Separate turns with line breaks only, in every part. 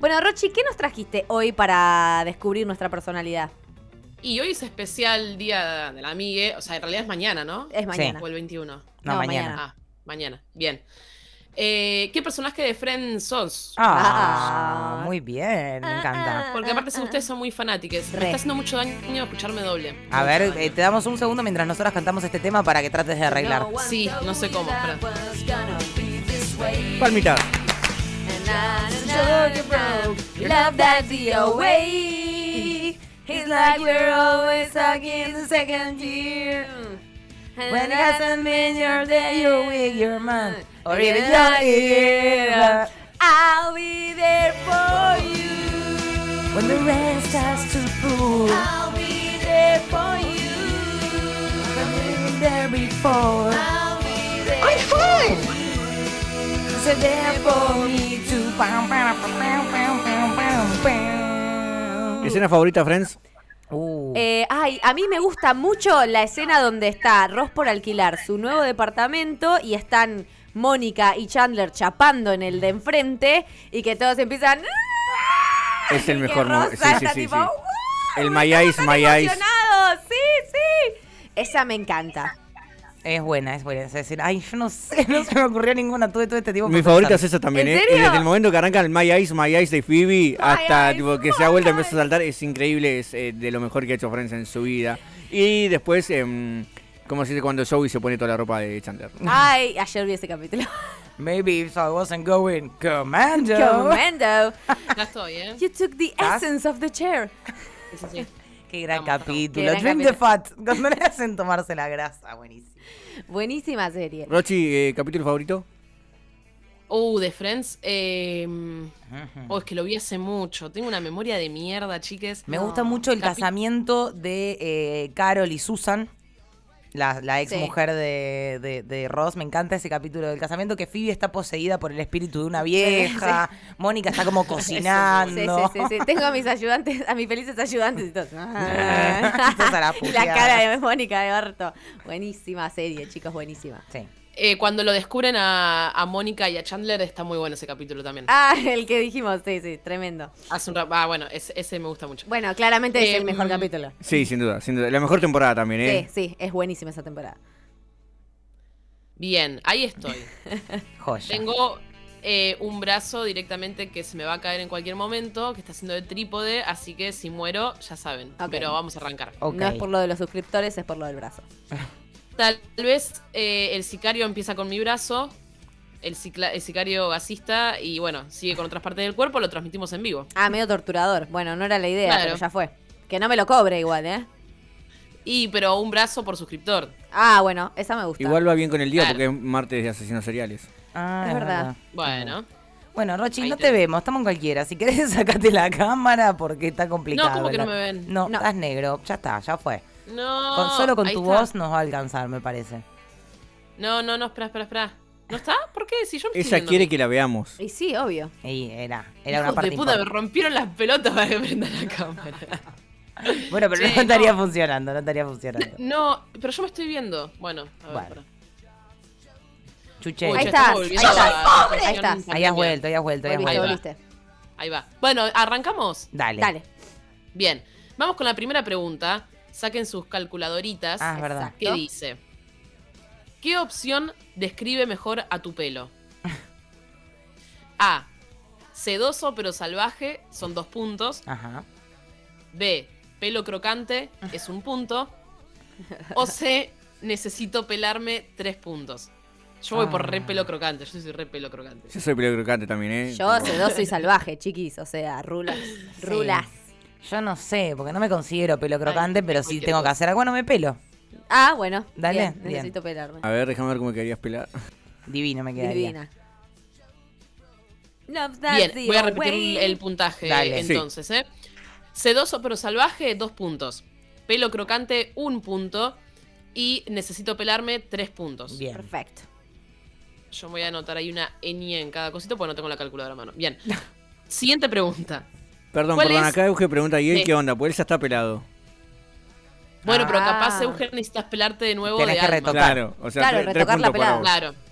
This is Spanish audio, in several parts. Bueno, Rochi, ¿qué nos trajiste hoy para descubrir nuestra personalidad?
Y hoy es especial día de la amiga, o sea, en realidad es mañana, ¿no?
Es mañana.
O el 21.
No,
No,
mañana.
mañana.
Ah, mañana. Bien. Eh, ¿Qué personaje de Friends sos?
Ah,
Ah.
muy bien, me encanta.
Porque aparte ustedes son muy fanáticos. Me
Re.
está haciendo mucho daño escucharme doble.
A ver,
Mucho daño.
eh, te damos un segundo mientras nosotras cantamos este tema para que trates de arreglar.
Sí, no sé cómo, espera.
Palmitar.
Love that the away. It's like we're always stuck in the second gear.
Mm.
When it hasn't been your day, you're with your man. Or even your
year,
ear.
I'll be there for you.
When the rain starts to fall,
I'll be there for you.
I've been there before.
I'll be there.
So there for me to pam, pam, pam, pam, pam, pam, pam.
¿Escena favorita, Friends?
Uh,
Eh, ay, a mí me gusta mucho la escena donde está Ross por alquilar su nuevo departamento y están Mónica y Chandler chapando en el de enfrente y que todos empiezan. ¡ah!
Es el
Y que
mejor mo-
Ross
sí,
está
sí, sí,
tipo,
sí.
¡wow!
El
Me
My
están
Eyes,
tan
My Eyes.
emocionados. Sí, sí. Esa me encanta.
es buena, es buena. Es decir, ay, yo no sé, no se me ocurrió ninguna. Tuve todo este tiempo.
Mi
para
favorita es
pensar.
esa también,
¿En
¿eh?
serio?
Y desde el momento que arranca el My Eyes, My Eyes de Phoebe, hasta
Eyes,
tipo, que se
My
da vuelta y
Eyes.
empieza a saltar, es increíble, es eh, de lo mejor que ha hecho Friends en su vida. Y después, em, ¿cómo se dice cuando Joey se pone toda la ropa de Chandler?
Ay, ayer vi ese capítulo.
Maybe if I wasn't going commando.
Commando.
Ya estoy, ¿eh?
You took the
¿Estás?
essence of the chair.
Sí, sí.
Qué gran
Vamos,
capítulo.
vamos. Qué gran
Drink the fat. Cuando le hacen tomarse la grasa, buenísimo.
Buenísima serie.
Rochi, eh, ¿capítulo favorito?
Uh, de Friends. Eh, oh, es que lo vi hace mucho. Tengo una memoria de mierda, chiques.
Me gusta mucho el
Capi-
casamiento de eh, Carol y Susan, la, la ex mujer de, de- de Ross. Me encanta ese capítulo del casamiento, que Phoebe está poseída por el espíritu de una vieja, Mónica está como cocinando.
Sí, sí, sí, sí. Tengo a mis ayudantes, a mis felices ayudantes y todos.
Todos a la
y la
puteada.
cara de Mónica de Berto. Buenísima serie, chicos, buenísima.
Sí.
Eh, cuando lo descubren a, a Mónica y a Chandler, está muy bueno ese capítulo también.
Ah, el que dijimos, sí, sí, tremendo.
Hace un rap. Ah, bueno, ese, ese me gusta mucho.
Bueno, claramente es el
Em,
mejor capítulo.
Sí, sin duda, sin duda. La mejor temporada también,
Sí,
¿eh?
sí, es buenísima esa temporada.
Bien, ahí estoy.
Joya.
Tengo eh, un brazo directamente que se me va a caer en cualquier momento, que está haciendo de trípode, así que si muero, ya saben.
Ok.
Pero vamos a arrancar.
Ok.
No es por lo de los suscriptores, es por lo del brazo.
Tal vez eh, el sicario empieza con mi brazo, el, cicla- el sicario gasista, y bueno, sigue con otras partes del cuerpo, lo transmitimos en vivo.
Ah, medio torturador. Bueno, no era la idea,
Claro.
pero ya fue. Que no me lo cobre igual, ¿eh?
Y pero un brazo por suscriptor.
Ah, bueno, esa me gusta.
Igual va bien con el día
Claro.
porque es martes de asesinos seriales.
Ah,
Es verdad.
Bueno.
Bueno, Rochi,
Ahí
no
te-
te, vemos, estamos en cualquiera. Si querés, sacate la cámara porque está complicado.
No, como que
la-
no me ven.
No,
No.
estás negro, ya está, ya fue.
No.
Con, solo con
ahí
tu
está.
voz nos va a alcanzar, me parece.
No, no, no, espera, espera, espera. ¿No está? ¿Por qué? Si yo me estoy
Ella
viendo.
quiere que la veamos.
Y sí, obvio.
Y era, era
Hijos
una parte
de puta, me
importante.
rompieron las pelotas para que prenda la cámara.
Bueno, pero
Sí,
no
no.
estaría funcionando, no estaría funcionando.
No, pero yo me estoy viendo. Bueno, a ver.
Bueno.
pará.
Chuche,
Uy,
Ahí
ya
estás,
estamos volviendo
ahí estás,
a-
pobre.
a-
Ahí estás.
ahí has vuelto, ahí has vuelto, ahí has
Volviste,
Ahí va.
vuelto.
volviste.
Ahí va. Bueno, ¿arrancamos?
Dale.
Dale.
Bien. Vamos con la primera pregunta. Saquen sus calculadoritas.
Ah, es verdad.
Exacto.
¿Qué dice? ¿Qué opción describe mejor a tu pelo? A. Sedoso pero salvaje son dos puntos.
Ajá.
B. Pelo crocante es un punto. O C. Necesito pelarme tres puntos. Yo voy por re pelo crocante. Yo soy re pelo crocante.
Yo soy peligro crocante también, ¿eh?
Yo
Tipo,
sedoso y salvaje, chiquis. O sea, rulas. Rulas.
Yo no sé, porque no me considero pelo crocante, pero sí
cualquier
tengo que
cosa.
hacer algo. Bueno, me pelo.
Ah, bueno.
Dale,
bien,
bien. Ah,
Necesito pelarme.
A ver, déjame ver cómo querías pelar.
Divino me quedaría.
Divina. Love that
Bien,
the
voy a repetir el,
way.
el puntaje
Dale.
Sí.
entonces. ¿eh? Sedoso pero salvaje, dos puntos. Pelo crocante, un punto. Y necesito pelarme, tres puntos.
Bien.
Perfecto.
Yo voy a anotar ahí una ñ en cada cosito porque no tengo la calculadora a mano. Bien. Siguiente pregunta.
Perdón,
¿Cuál
perdón,
es?
acá Euge pregunta, ¿y él
Sí.
qué onda? Pues él ya está pelado.
Bueno, pero
Ah.
capaz, Eugen, necesitas pelarte de nuevo
Tenés
de
que
alma.
retocar.
Claro, o sea,
Claro,
tre- tres
retocar la
puntos
pelada.
para vos.
Claro.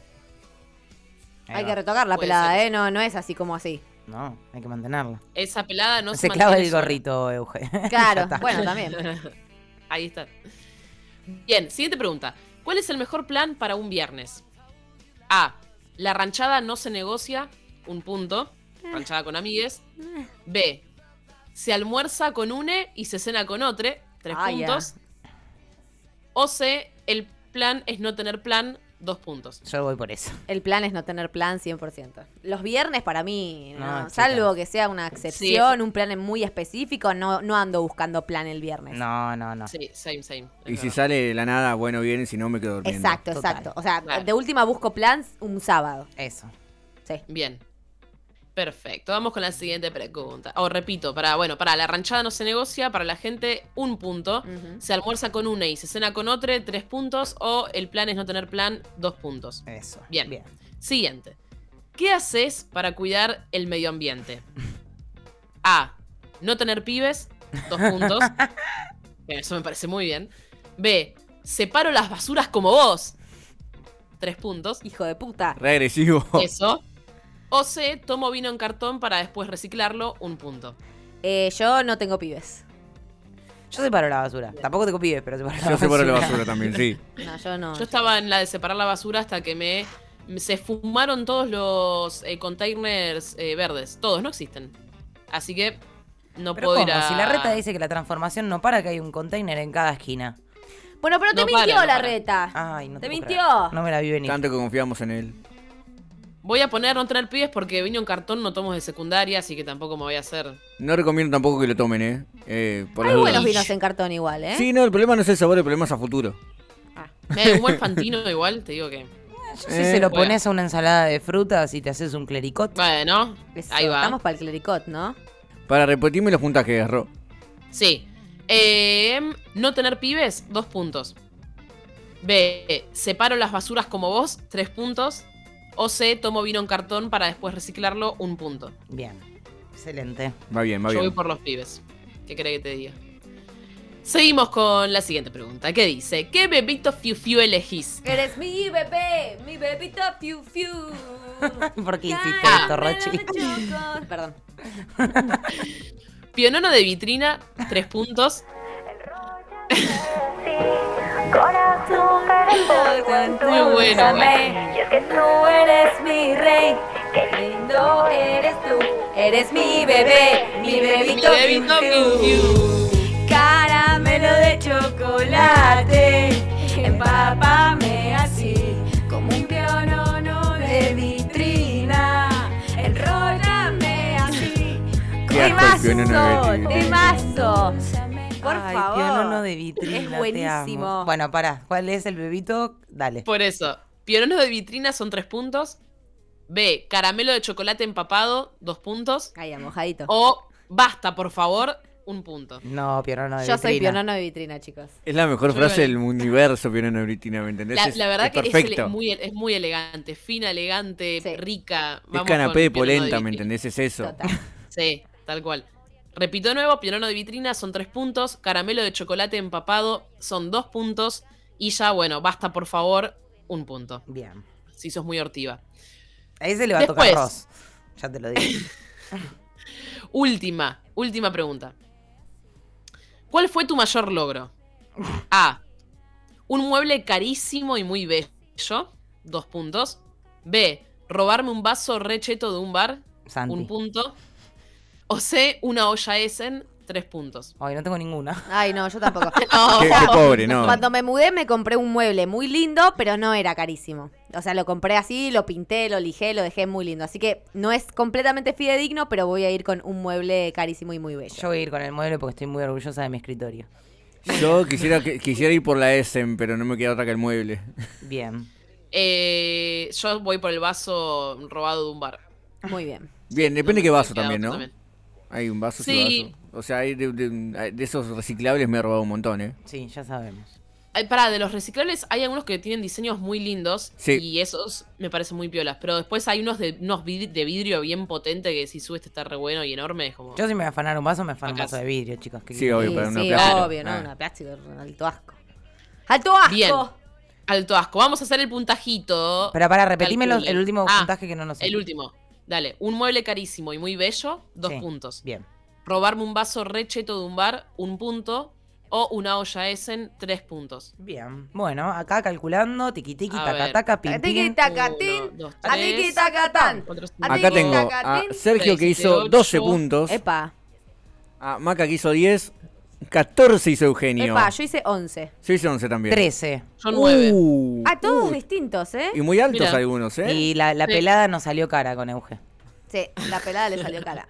Ahí
Hay
va.
que retocar la
Puede
pelada,
ser.
¿eh? No, no es así como así.
No, hay que mantenerla.
Esa pelada no se,
se clava
mantiene
el
sola.
gorrito, Euge. Ya
Claro,
está.
bueno, también.
Ahí está. Bien, siguiente pregunta. ¿Cuál es el mejor plan para un viernes? A. La ranchada no se negocia, un punto. Ranchada con amigues. B. Se almuerza con une y se cena con otro, tres
Ah, ya.
puntos. O C. El plan es no tener plan, dos puntos.
Yo voy por eso.
El plan es no tener plan 100%. Los viernes para mí,
No,
no,
chica.
salvo que sea una excepción, un plan muy específico, no, no ando buscando plan el viernes.
No, no, no.
Sí, same, same. es
Y si
verdad.
sale de la nada, bueno, viene, si no me quedo durmiendo.
exacto,
Total.
exacto. O sea,
Claro.
de última busco plan un sábado.
Eso.
Sí.
Bien. Perfecto. Vamos con la siguiente pregunta. O repito, para, bueno, para la ranchada no se negocia, para la gente, un punto.
Ujú.
Se almuerza con una y se cena con otra, tres puntos. O el plan es no tener plan, dos puntos.
Eso.
Bien. Siguiente. ¿Qué haces para cuidar el medio ambiente? A. No tener pibes, dos puntos. Bien, Eso me parece muy bien. B. Separo las basuras como vos, tres puntos.
Hijo de puta.
Regresivo.
Oh.
Eso. O C, tomo vino en cartón para después reciclarlo, un punto.
Ah,
Eh, yo no tengo pibes.
Yo separo la basura. Tampoco te copies, pero separo la
Yo separo la
basura.
basura también, sí.
No, yo no.
Yo estaba en la de separar la basura hasta que me... Se fumaron todos los eh, containers eh, verdes. Todos, no existen. Así que no
Pero
puedo
¿cómo?
ir a...
Si la reta dice que la transformación no para, que hay un container en cada esquina.
Bueno, pero te
No para,
mintió
no
la
para.
reta.
Ay, no
te,
te puedo
mintió.
creer. No me la vi venir.
Tanto que confiamos en él.
Voy a poner no tener pibes porque vino en cartón no tomo de secundaria, así que tampoco me voy a hacer...
No recomiendo tampoco que lo tomen, ¿eh? Eh, por
Hay
las
buenos
dudas.
vinos en cartón igual, ¿eh?
Sí, no, el problema no es el sabor, el problema es a futuro.
Me un buen fantino igual, te digo que...
Yo si
Eh,
se lo
bueno.
pones a una ensalada de frutas y te haces un clericot.
Bueno,
Eso,
ahí va.
Estamos para el clericot, ¿no?
Para repetirme los puntajes, Ro.
Sí. Em, no tener pibes, dos puntos. B. Separo las basuras como vos, tres puntos. O C. Tomo vino en cartón para después reciclarlo, un punto.
Bien. Excelente.
Va bien, va
Yo voy
bien.
por los pibes. ¿Qué querés que te diga? Seguimos con la siguiente pregunta. ¿Qué dice? ¿Qué bebito fiu fiu elegís?
Eres mi bebé, mi bebito fiu fiu.
¿Por qué hiciste
Cállate
esto, Rochi?
los chocos. Perdón.
Pionono de vitrina, tres puntos.
Con azúcar en polvo
Muy bueno, ¿eh?
Búscame,
Y es que tú
eres mi rey. Qué lindo eres tú. Eres mi bebé, mi bebito,
Mi bebito
fiu,
fiu
fiu.
fiu.
Caramelo de chocolate. Empápame así, como un pionono de vitrina. Enróllame así.
Qué asco el pionono de vitrina.
temazo. Por
Ay,
favor.
pionono de vitrina,
Es
te
buenísimo.
amo. Bueno, pará. ¿Cuál es el bebito? Dale.
Por eso. Pionono de vitrina son tres puntos. B. Caramelo de chocolate empapado, dos puntos.
Ahí, mojadito.
O basta, por favor, un punto.
No, pionono de
Yo soy
vitrina.
pionono de vitrina, chicos.
Es la mejor
Yo
frase
voy.
del universo, Pionero Britina, ¿me entendés?
La,
Es-
la
es
verdad que es, ele-
perfecto. Es,
muy, es muy elegante, fina, elegante,
Sí.
rica. Vamos con
canapé de
Pionono
polenta,
vitrina.
¿me entendés? Es eso.
Total.
Sí, tal cual. Repito de nuevo, pionono de vitrina son tres puntos, caramelo de chocolate empapado son dos puntos y ya, bueno, basta, por favor, un punto.
Bien.
Si sos muy hortiva.
Ahí se le va a tocar
Después.
Ross. Ya te lo digo.
Última, última pregunta. ¿Cuál fue tu mayor logro? A. Un mueble carísimo y muy bello. Dos puntos. B. Robarme un vaso recheto de un bar. Un
Santi.
punto. O C. Una olla Essen. Tres puntos.
Ay, no tengo ninguna.
Ay, no, yo tampoco.
No,
Qué, qué pobre, ¿no?
Cuando me mudé me compré un mueble muy lindo, pero no era carísimo. O sea, lo compré así, lo pinté, lo lijé, lo dejé muy lindo. Así que no es completamente fidedigno, pero voy a ir con un mueble carísimo y muy bello.
Yo voy a ir con el mueble porque estoy muy orgullosa de mi escritorio.
Yo quisiera, que- quisiera ir por la Essen, pero no me queda otra que el mueble.
Bien.
Eh, yo voy por el vaso robado de un bar.
Muy bien.
Bien, depende
No,
qué
me
vaso
queda
también, ¿no?
otro
Hay un vaso,
Sí.
sí. vaso. O sea, hay de, de- de esos reciclables me ha robado un montón, ¿eh?
Sí, ya sabemos.
Ay, Pará, de los reciclables hay algunos que tienen diseños muy lindos
Sí.
y esos me parecen muy piolas. Pero después hay unos de unos vid- de vidrio bien potente que si subes está re bueno y enorme. Es como.
Yo si me voy a afanar un vaso, me afano un
Acá.
vaso de vidrio, chicos. ¿Qué
Sí,
quieren?
Obvio,
Sí,
para una
sí,
plástico.
obvio, ¿no?
Ah.
Una plástico, alto asco. ¡Alto asco!
Bien. Alto asco. Vamos a hacer el puntajito.
Pero para, repetímelo
Calculen.
el último
Ah,
puntaje que no nos sé.
El último. Dale, un mueble carísimo y muy bello, dos
Sí.
puntos.
Bien.
Robarme un vaso recheto de un bar, un punto. O una olla Essen, tres puntos.
Bien. Bueno, acá calculando, tiqui tiqui,
A
taca
ver.
taca, pim
Tiki
pim.
tacatín,
Uno, dos,
a
tres,
tiki tacatán.
cuatro, cinco.
A
Acá
Tiki,
tengo a
tacatín.
Sergio que
Seis, siete,
hizo
ocho.
12 puntos,
Epa,
a Maca que hizo 10, 14 hizo Eugenio.
epa, yo hice 11.
Yo hice 11 también.
13.
Yo nueve.
Uh,
Ah, todos
uh,
distintos, ¿eh?
Y muy altos
Mira.
algunos, ¿eh?
Y la, la
Sí.
pelada nos salió cara con Euge.
Sí, la pelada le salió cara.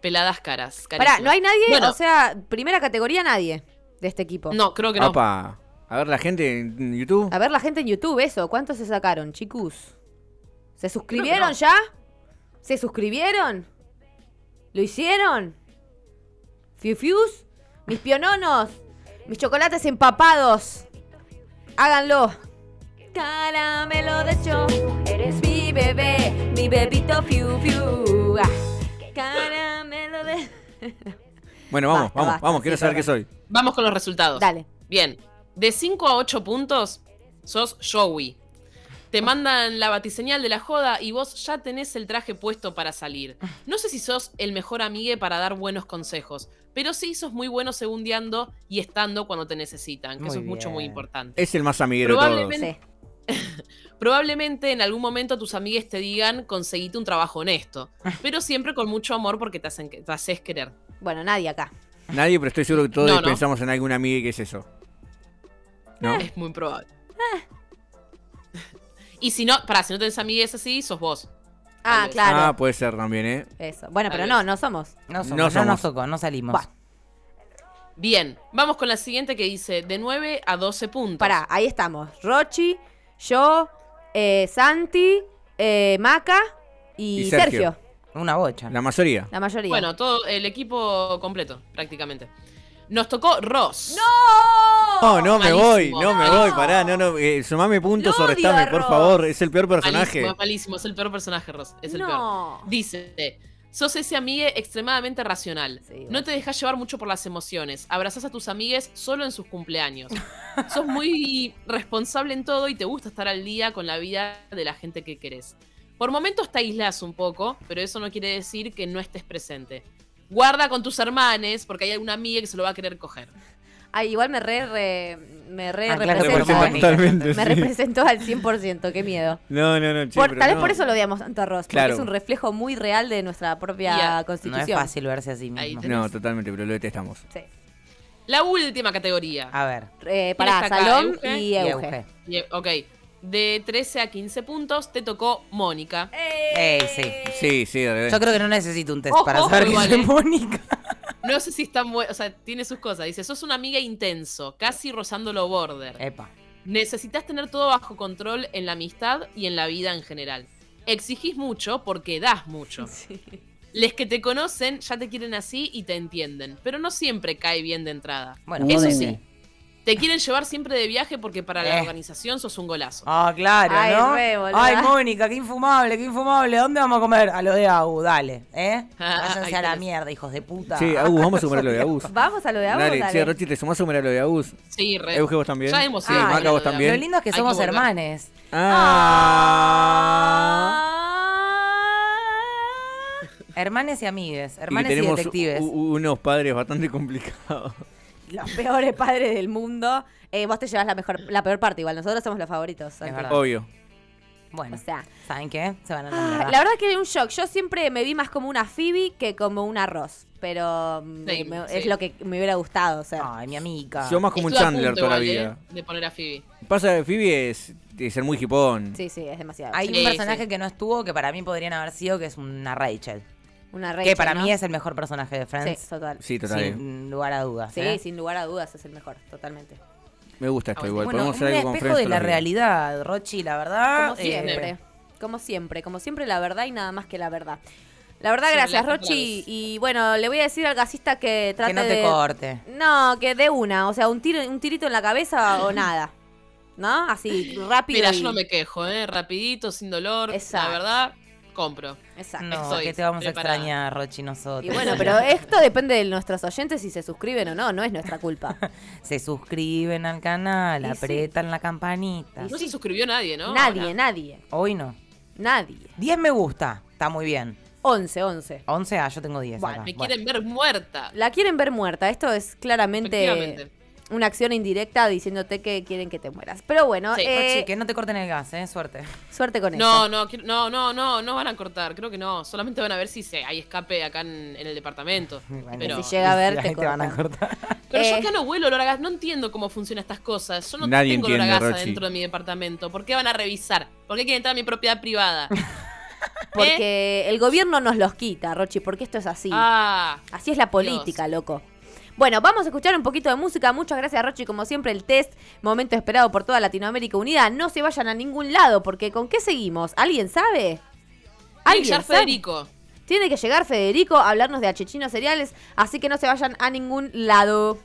Peladas caras.
Pará,
carísimas.
no hay nadie,
Bueno.
o sea, primera categoría nadie de este equipo.
No, creo que no.
Apa. A ver la gente en YouTube.
A ver la gente en YouTube, eso, ¿cuántos se sacaron, chicos? ¿Se suscribieron
no.
ya? ¿Se suscribieron? ¿Lo hicieron? ¿Fiufius? ¿Mis piononos? ¿Mis chocolates empapados? Háganlo. Caramelo de cho, eres mi bebé, mi bebito fiu fiu. Ah, Caramelo de...
Bueno, vamos,
Basta,
vamos,
basta,
vamos,
sí,
quiero saber qué
perdón.
soy.
Vamos con los resultados.
Dale.
Bien. De 5 a 8 puntos, sos Joey.
Ah.
Te mandan la batiseñal de la joda y vos ya tenés el traje puesto para salir. No sé si sos el mejor amigue para dar buenos consejos, pero sí sos muy bueno segundeando y estando cuando te necesitan, que
Muy
eso es mucho, muy
bien.
importante.
Es el más amiguero de todos.
Probablemente-
Sí.
Probablemente en algún momento tus amigues te digan, conseguite un trabajo honesto, pero siempre con mucho amor porque te, hacen, que- te haces querer.
Bueno, nadie acá.
Nadie, pero estoy seguro que todos
No, no.
pensamos en algún amigo que es eso. ¿No?
Eh,
Es muy probable.
Ah.
Y si no, para, si no tenés amigues así, sos vos. Tal
Ah,
vez.
claro.
Ah, puede ser también, ¿eh?
Eso. Bueno,
Tal
pero
vez.
no, no somos.
No, somos,
No
no,
somos.
nos tocó, no salimos.
Buah.
Bien, vamos con la siguiente que dice de 9 a 12 puntos.
Pará, ahí estamos. Rochi, yo, eh, Santi, eh, Maca y,
Y Sergio.
Sergio.
Una bocha.
La mayoría.
La mayoría.
Bueno, todo el equipo completo, prácticamente. Nos tocó Ross. Oh,
No, no me
malísimo.
voy, no me voy, pará, no, no, eh, sumame puntos
Lo
o
odio
restame,
a
por
Ross.
favor, es el peor personaje.
Malísimo, es malísimo, es el peor personaje, Ross. Es el peor.
no.
Dice, sos ese amigue extremadamente racional.
Sí, bueno.
no te dejas llevar mucho por las emociones. Abrazás a tus amigues solo en sus cumpleaños. sos muy responsable en todo y te gusta estar al día con la vida de la gente que querés. Por momentos te aislás un poco, pero eso no quiere decir que no estés presente. Guarda con tus hermanes, porque hay alguna amiga que se lo va a querer coger.
Ay, igual me re, re- me re
Ah, claro,
representó.
Representa
Representa
Me
Mónica.
totalmente, sí.
representó al 100%, qué miedo.
No, no, no, che,
Por-
pero
tal vez
no.
por eso lo odiamos tanto a Ross, porque
Claro.
es un reflejo muy real de nuestra propia
Yeah.
No es
constitución.
fácil verse así
Ahí
mismo.
tenés.
No, totalmente, pero lo detestamos.
Sí.
La última categoría.
A ver.
Eh, pará,
está acá?
Salón
¿Euge?
y
y
Euge.
Euge.
Bien, Ok. De 13 a 15 puntos te tocó Mónica.
Ey, sí.
Sí, sí, de verdad.
Yo creo que no necesito un test
Ojo,
para saber que
igual,
soy
eh.
Mónica.
No sé si es tan bueno, o sea, tiene sus cosas. Dice, sos una amiga intenso, casi rozando lo border.
Epa.
Necesitas tener todo bajo control en la amistad y en la vida en general. Exigís mucho porque das mucho. Les que te conocen ya te quieren así y te entienden, pero no siempre cae bien de entrada.
Bueno,
Eso
jodete.
sí, te quieren llevar siempre de viaje porque para la
Eh.
organización sos un golazo.
Ah, claro,
Ay,
¿no?
re, boluda.
Ay, Mónica, qué infumable, qué infumable. ¿Dónde vamos a comer? A lo de Abu, dale. ¿Eh?
Ah, ahí
Váyanse a la
tenés.
mierda, hijos de puta.
Sí, ah, Agus, vamos a sumar lo de Agus.
Vamos a lo de Agus,
Dale,
dale.
che, Rochi, te sumás a sumar lo de Agus.
Sí, re.
Euge, vos también.
Ya hemos
Ah,
Sí,
ido.
Maca, vos
Lo
también.
lindo es que
Hay que
somos
volver.
hermanes.
Ah.
Hermanes y amigues,
Y que
hermanes y,
tenemos
detectives.
u- u- unos padres bastante complicados.
Los peores padres del mundo. Eh, vos te llevas la mejor, la peor parte igual. Nosotros somos los favoritos. Santi.
verdad.
Obvio.
bueno,
O sea,
¿saben qué? Se van a la
ah,
mierda.
la verdad que era un shock. Yo siempre me vi más como una Phoebe que como un arroz. Pero mm,
Sí,
me-
sí.
es lo que me hubiera gustado. O sea,
Ay, mi amiga.
Yo más como un
Estuve a
Chandler
punto
toda la
igual,
vida.
eh, De poner a Phoebe.
Pasa, Phoebe es de ser muy hipón.
sí, sí, es demasiado.
Hay
Sí,
un personaje
sí.
que no estuvo que para mí podrían haber sido que es una Rachel.
una
que
Rachel,
para
¿no?
mí es el mejor personaje de Friends.
Sí, total. Sí,
Sí, totalmente.
Sin lugar a dudas. ¿eh?
sin lugar a dudas es el mejor, totalmente.
Me gusta esto
Ah,
igual.
Bueno, un
Pues Podemos hacer algo con
espejo
Friends
de la
todos los días.
realidad, Rochi, la verdad.
Como siempre.
eh,
Como siempre, como siempre la verdad y nada más que la verdad. La verdad,
Sobre
gracias,
las
Rochi.
palabras.
Y bueno, le voy a decir al gasista que trate
que no te
de-
corte.
No, que de una, o sea, un tiro, un tirito en la cabeza o nada. ¿No? Así, rápido.
Mira,
y-
yo no me quejo, ¿eh? Rapidito, sin dolor.
Exacto.
La verdad, compro.
Exacto.
No,
Estoy
que te vamos
preparada.
a extrañar, Rochi, nosotros.
Y bueno, pero esto depende de nuestros oyentes si se suscriben o no, no es nuestra culpa.
Se suscriben al canal,
Y sí.
aprietan la campanita.
No se suscribió nadie, ¿no?
nadie,
Ahora.
nadie.
Hoy no.
Nadie.
10 me gusta, está muy bien.
11, 11.
11, ah, yo tengo 10.
Bueno,
acá.
Me
Bueno.
quieren ver muerta.
La quieren ver muerta. Esto es claramente
Efectivamente.
una acción indirecta diciéndote que quieren que te mueras. Pero bueno,
Sí.
eh,
Rochi, que no te corten el gas, eh, suerte.
suerte con
No,
eso.
no, quiero- no, no, no, no van a cortar, creo que no. Solamente van a ver si se, hay escape acá en, en el departamento.
Bueno,
Pero,
si llega a ver,
la
te
gente van a
cortan.
cortar.
pero yo
eh.
acá no vuelo olor a gas, no entiendo cómo funcionan estas cosas. Yo no
Nadie
tengo olor a
entiende,
gas
Rochi.
adentro de mi departamento. ¿Por qué van a revisar? ¿Por qué quieren entrar a mi propiedad privada? ¿Eh?
Porque el gobierno nos los quita, Rochi, porque esto es así.
Ah,
Así es la política, loco. Bueno, vamos a escuchar un poquito de música. Muchas gracias, Rochi. Como siempre, el test, momento esperado por toda Latinoamérica Unida. No se vayan a ningún lado, porque ¿con qué seguimos? ¿Alguien sabe?
hay que
¿Alguien
llegar
sabe?
Federico.
Tiene que llegar Federico a hablarnos de achechinos cereales, así que no se vayan a ningún lado.